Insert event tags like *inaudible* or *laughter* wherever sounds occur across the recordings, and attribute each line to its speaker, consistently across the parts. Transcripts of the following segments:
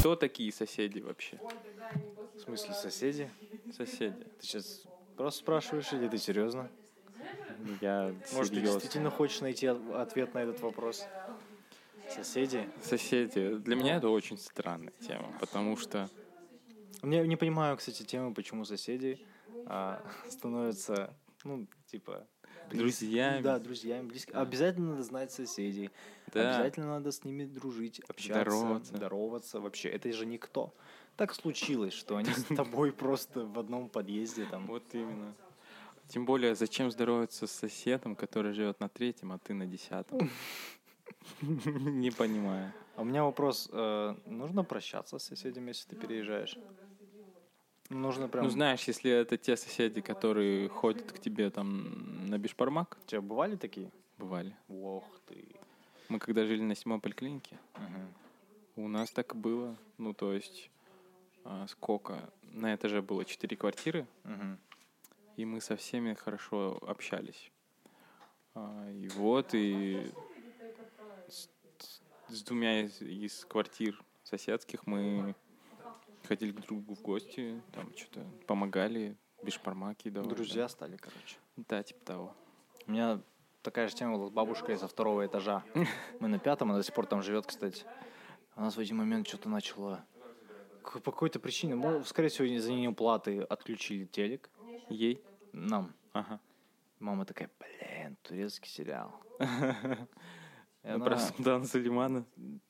Speaker 1: Кто такие соседи вообще?
Speaker 2: В смысле, соседи?
Speaker 1: Соседи.
Speaker 2: Ты сейчас просто спрашиваешь или ты серьезно?
Speaker 1: Я
Speaker 2: Может, ты
Speaker 1: серьёзно.
Speaker 2: действительно хочешь найти от- ответ на этот вопрос? Соседи?
Speaker 1: Соседи. Для меня это очень странная тема, потому что
Speaker 2: Я не понимаю, кстати, тему, почему соседи а, становятся, ну, типа... близ-
Speaker 1: друзьями,
Speaker 2: Да, друзьями, близко. Обязательно надо знать соседей.
Speaker 1: Да.
Speaker 2: Обязательно надо с ними дружить, общаться,
Speaker 1: Здороваться.
Speaker 2: здороваться вообще. Это же никто. Так случилось, что *laughs* они с тобой просто в одном подъезде там.
Speaker 1: Вот именно. Тем более, зачем здороваться с соседом, который живет на третьем, а ты на десятом? Не понимаю. Ну,
Speaker 2: А у меня вопрос, э, нужно прощаться с соседями, если ты переезжаешь? Ну, Нужно прям...
Speaker 1: Ну, знаешь, если это те соседи, которые ходят к тебе там на бешпармак,
Speaker 2: У тебя бывали такие?
Speaker 1: бывали.
Speaker 2: Ох ты.
Speaker 1: Мы когда жили на седьмой поликлинике, у нас так и было. Ну, то есть, а, сколько? На этаже было четыре квартиры,
Speaker 2: Мгм.
Speaker 1: и мы со всеми хорошо общались. А, И вот, и с, с двумя из, из квартир соседских мы ходили к другу в гости, там что-то помогали, бешпармаки давали.
Speaker 2: Друзья стали, короче.
Speaker 1: Да, типа того.
Speaker 2: У меня такая же тема была с бабушкой со второго *laughs* этажа. Мы на пятом, она до сих пор там живет, кстати. У нас в один момент что-то начало... К- По какой-то причине, мо- скорее всего, из-за неуплаты отключили телек
Speaker 1: Ей?
Speaker 2: нам.
Speaker 1: *laughs* Ага.
Speaker 2: Мама такая, блин, турецкий сериал. И
Speaker 1: Ну,
Speaker 2: она-
Speaker 1: Про *laughs* Султана Сулеймана.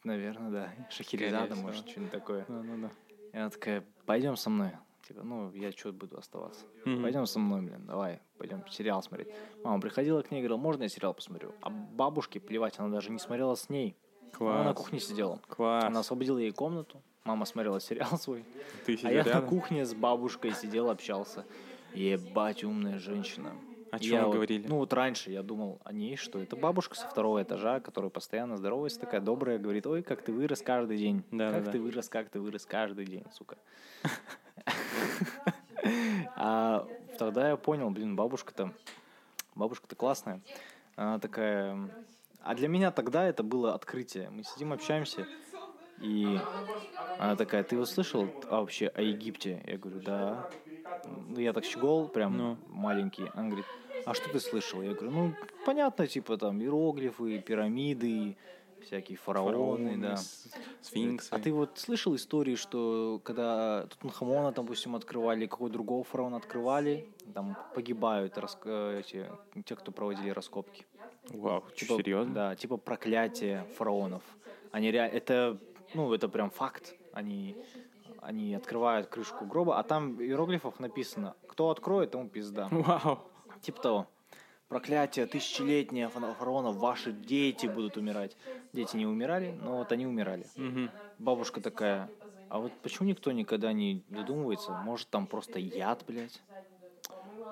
Speaker 2: Наверное, да. Шахерезада,
Speaker 1: Скорее
Speaker 2: может,
Speaker 1: всего.
Speaker 2: что-нибудь такое.
Speaker 1: Да-да-да.
Speaker 2: И она такая, пойдем со мной. Типа, ну, я что буду оставаться.
Speaker 1: Мгм.
Speaker 2: Пойдем со мной, блин, давай, пойдем сериал смотреть. Мама приходила к ней и говорила, можно я сериал посмотрю? А бабушке плевать, она даже не смотрела с ней. Она на
Speaker 1: Класс.
Speaker 2: кухне сидела.
Speaker 1: Класс.
Speaker 2: Она освободила ей комнату, мама смотрела сериал свой,
Speaker 1: Ты
Speaker 2: а
Speaker 1: сидел
Speaker 2: я на
Speaker 1: рядом?
Speaker 2: кухне с бабушкой сидел, общался. Ебать, умная женщина.
Speaker 1: О
Speaker 2: Я
Speaker 1: чем вы
Speaker 2: вот-
Speaker 1: говорили?
Speaker 2: Ну вот раньше я думал о ней, что это бабушка со второго этажа, которая постоянно здоровается, такая добрая, говорит, ой, как ты вырос каждый день.
Speaker 1: Да,
Speaker 2: как
Speaker 1: да,
Speaker 2: ты
Speaker 1: да.
Speaker 2: вырос, как ты вырос каждый день,
Speaker 1: *laughs*
Speaker 2: сука. А тогда я понял, блин, бабушка-то, бабушка-то классная. Она такая... м, А для меня тогда это было открытие. Мы сидим, общаемся, и она такая, ты вот слышал а, вообще о Египте? Я говорю, да. Ну, я так щегол, прям
Speaker 1: Ну.
Speaker 2: маленький. Она говорит, а что ты слышал? Я говорю, ну, понятно, типа там иероглифы, пирамиды, всякие фараоны,
Speaker 1: Фараоны,
Speaker 2: да.
Speaker 1: с- Сфинксы.
Speaker 2: А ты вот слышал истории, что когда Тутанхамона, допустим, открывали, какой другого фараона открывали, там погибают раск- э, эти, те, кто проводили раскопки.
Speaker 1: Вау, чё,
Speaker 2: Типа,
Speaker 1: серьезно?
Speaker 2: Да, типа проклятие фараонов. Они реально, это, ну, это прям факт. Они, они открывают крышку гроба, а там в иероглифах написано, кто откроет, тому пизда.
Speaker 1: Вау.
Speaker 2: Типа того. Проклятие тысячелетнее фана- фараонов, ваши дети будут умирать. Дети не умирали, но вот они умирали.
Speaker 1: Мгм.
Speaker 2: Бабушка такая, а вот почему никто никогда не додумывается? Может, там просто яд, блядь?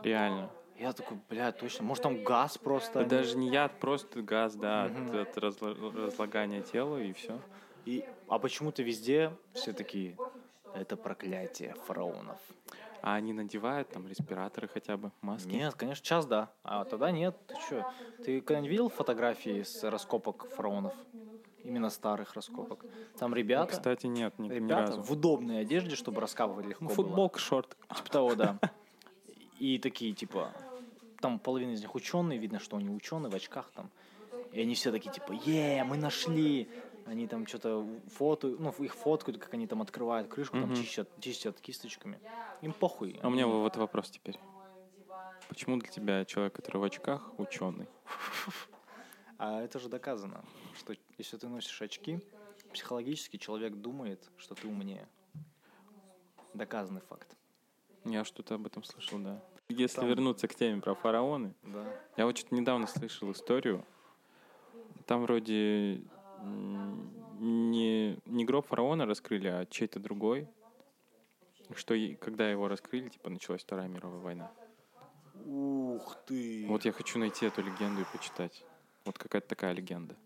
Speaker 1: Реально.
Speaker 2: Я такой, блядь, точно. Может, там газ просто?
Speaker 1: Да
Speaker 2: они-
Speaker 1: даже не яд, просто газ, да, от-
Speaker 2: Мгм.
Speaker 1: от, разло- разлагания тела и все.
Speaker 2: И, а почему-то везде все такие, это проклятие фараонов.
Speaker 1: А они надевают там респираторы хотя бы, маски?
Speaker 2: Нет, конечно, сейчас да, а тогда нет. Ты что? Ты когда-нибудь видел фотографии с раскопок фараонов? Именно старых раскопок. Там ребята,
Speaker 1: Кстати, нет, ни, ни
Speaker 2: ребята
Speaker 1: разу.
Speaker 2: в удобной одежде, чтобы раскапывать легко
Speaker 1: Ну,
Speaker 2: было.
Speaker 1: футболка, шорт.
Speaker 2: Типа того, да. *laughs* И такие, типа, там половина из них ученые, видно, что они ученые в очках там. И они все такие, типа, е, мы нашли. Они там что-то фото, ну, их фоткают, как они там открывают крышку, там
Speaker 1: Мгм.
Speaker 2: чистят, чистят кисточками. Им похуй.
Speaker 1: А у меня вот вопрос теперь. Почему для тебя человек, который в очках, ученый?
Speaker 2: А это же доказано, что если ты носишь очки, психологически человек думает, что ты умнее. Доказанный факт.
Speaker 1: Я что-то об этом слышал, да. Если
Speaker 2: Там-
Speaker 1: вернуться к теме про фараоны,
Speaker 2: Да.
Speaker 1: я вот что-то недавно слышал историю. Там вроде м, не, не гроб фараона раскрыли, а чей-то другой. Что и- когда его раскрыли, типа началась Вторая мировая война.
Speaker 2: Ух ты.
Speaker 1: Вот я хочу найти эту легенду и почитать. Вот какая-то такая легенда.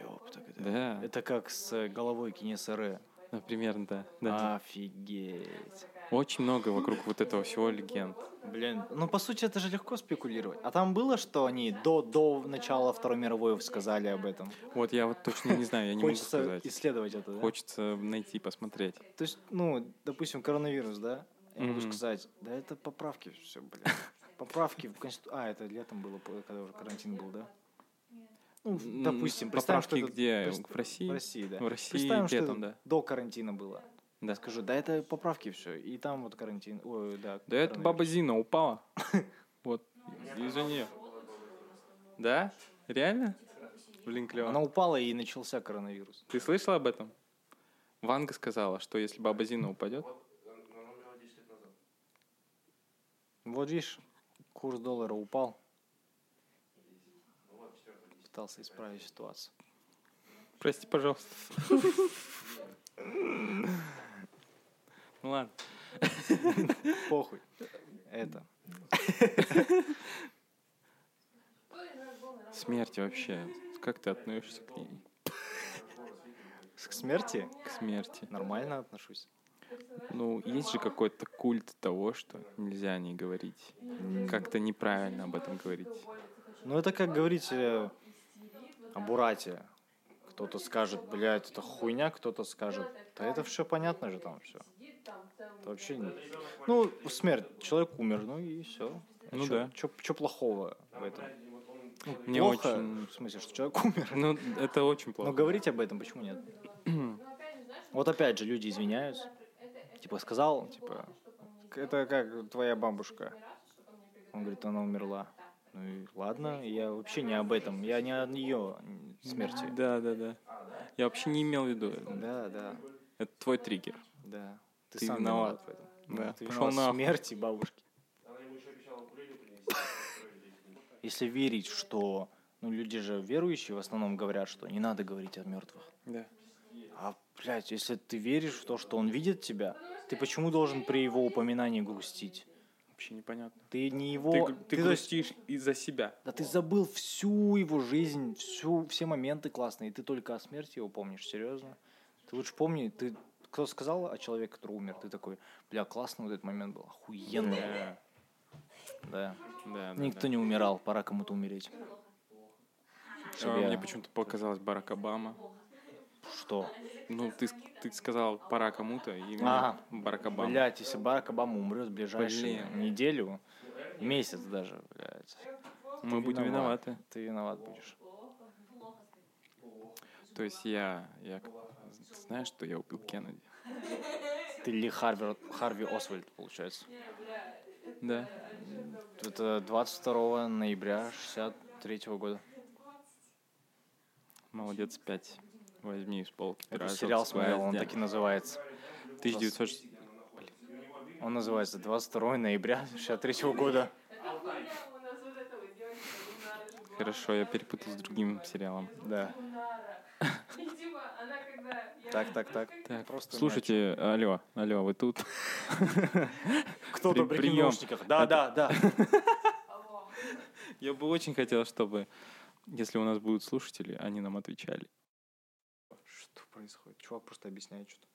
Speaker 2: Ёптак,
Speaker 1: Да,
Speaker 2: Это как с головой Кинесаре.
Speaker 1: да, примерно, да. да.
Speaker 2: Офигеть.
Speaker 1: Очень много вокруг вот этого всего легенд.
Speaker 2: Блин, ну по сути это же легко спекулировать. А там было, что они до, до начала Второй мировой сказали об этом?
Speaker 1: Вот я вот точно не знаю, я не могу
Speaker 2: Хочется
Speaker 1: сказать.
Speaker 2: исследовать это, да?
Speaker 1: Хочется найти, посмотреть.
Speaker 2: То есть, ну, допустим, коронавирус, да? Я могу
Speaker 1: Мгм.
Speaker 2: сказать, да это поправки все, блин. Поправки в Конститу... А, это летом было, по- когда уже карантин был, да? Ну,
Speaker 1: М,
Speaker 2: допустим, представим,
Speaker 1: поправки
Speaker 2: что это
Speaker 1: где?
Speaker 2: прис-
Speaker 1: В России?
Speaker 2: в России, да.
Speaker 1: В России
Speaker 2: Представим, что
Speaker 1: летом,
Speaker 2: это
Speaker 1: да.
Speaker 2: до карантина было.
Speaker 1: Да.
Speaker 2: Скажу, да это поправки все, и там вот карантин, ой, да.
Speaker 1: Да это
Speaker 2: коронавирус.
Speaker 1: баба Зина упала. *laughs* Вот. Из-за нее. Да? Реально? Блин, клево.
Speaker 2: Она упала и начался коронавирус.
Speaker 1: Ты слышала об этом? Ванга сказала, что если баба Зина упадет,
Speaker 2: Вот видишь, курс доллара упал. Пытался исправить ситуацию.
Speaker 1: прости, пожалуйста. *laughs* Ну ладно.
Speaker 2: Похуй. Это.
Speaker 1: Смерть вообще. Как ты относишься к ней?
Speaker 2: К смерти
Speaker 1: К смерти.
Speaker 2: нормально отношусь.
Speaker 1: Ну, есть же какой-то культ того, что нельзя о ней говорить. Как-то неправильно об этом говорить.
Speaker 2: Ну, это как говорить э, о Бурате. Кто-то скажет, блядь, это хуйня, кто-то скажет, да это все понятно же там все. вообще не... Ну, смерть, человек умер, ну и все.
Speaker 1: Ну да.
Speaker 2: Что плохого в этом? Ну,
Speaker 1: Мне
Speaker 2: плохо,
Speaker 1: очень-
Speaker 2: в смысле, что человек умер.
Speaker 1: Ну, это очень
Speaker 2: Но
Speaker 1: плохо.
Speaker 2: говорить об этом почему *clears throat* нет? вот опять же, люди извиняются. Типа, сказал, типа, это как твоя бабушка. Он говорит, она умерла. Ну и ладно, я вообще не об этом, я не о ее смерти.
Speaker 1: Да, да, да. Я вообще не имел в виду.
Speaker 2: Да, да,
Speaker 1: Это твой триггер.
Speaker 2: да. Ты,
Speaker 1: Ты
Speaker 2: сам
Speaker 1: виноват.
Speaker 2: виноват, в этом.
Speaker 1: Да,
Speaker 2: Ты
Speaker 1: пошёл
Speaker 2: виноват в
Speaker 1: нахуй.
Speaker 2: смерти бабушки. Если верить, что... Ну, люди же верующие в основном говорят, что не надо говорить о мертвых.
Speaker 1: Да.
Speaker 2: А, блядь, если ты веришь в то, что он видит тебя, ты почему должен при его упоминании грустить?
Speaker 1: Вообще непонятно.
Speaker 2: Ты не его...
Speaker 1: Ты, гру- ты
Speaker 2: то есть-
Speaker 1: грустишь из-за себя.
Speaker 2: Да ты забыл всю его жизнь, всю, все моменты классные, и ты только о смерти его помнишь, серьезно. Ты лучше помни, ты кто сказал о человеке, который умер, ты такой, бля, классно вот этот момент был, охуенно.
Speaker 1: Да,
Speaker 2: Да.
Speaker 1: да, да.
Speaker 2: Никто не умирал, пора кому-то умереть.
Speaker 1: А,
Speaker 2: Чтобы я-
Speaker 1: Мне почему-то показалось Барак Обама.
Speaker 2: Что?
Speaker 1: Ну, ты, с- ты сказал пора кому-то, и мне
Speaker 2: Ага.
Speaker 1: Барак Обама.
Speaker 2: Блять, если Барак Обама умрет в ближайшую
Speaker 1: Блин.
Speaker 2: неделю, месяц даже, блядь,
Speaker 1: Мы будем
Speaker 2: виноват.
Speaker 1: виноваты.
Speaker 2: ты виноват будешь.
Speaker 1: То есть я, я... к- Знаешь, что я убил Кеннеди?
Speaker 2: Ты Ли Харви, Харви Освальд, получается.
Speaker 1: Да.
Speaker 2: Это 22 ноября 63 года.
Speaker 1: Молодец, 5. Возьми из полки.
Speaker 2: Это
Speaker 1: пирожок
Speaker 2: сериал
Speaker 1: с
Speaker 2: смотрел, он
Speaker 1: гвоздем.
Speaker 2: так и называется.
Speaker 1: 1900...
Speaker 2: Он называется 22 ноября 63 года.
Speaker 1: Хорошо, я перепутал с другим сериалом.
Speaker 2: Да. Так, так, так.
Speaker 1: Так,
Speaker 2: Просто
Speaker 1: слушайте, алло, алло, вы тут?
Speaker 2: Кто-то
Speaker 1: при-
Speaker 2: при
Speaker 1: приём.
Speaker 2: киношниках. Да, да, да. *laughs*
Speaker 1: Я бы очень хотел, чтобы, если у нас будут слушатели, они нам отвечали.
Speaker 2: Что происходит? Чувак просто объясняет что-то.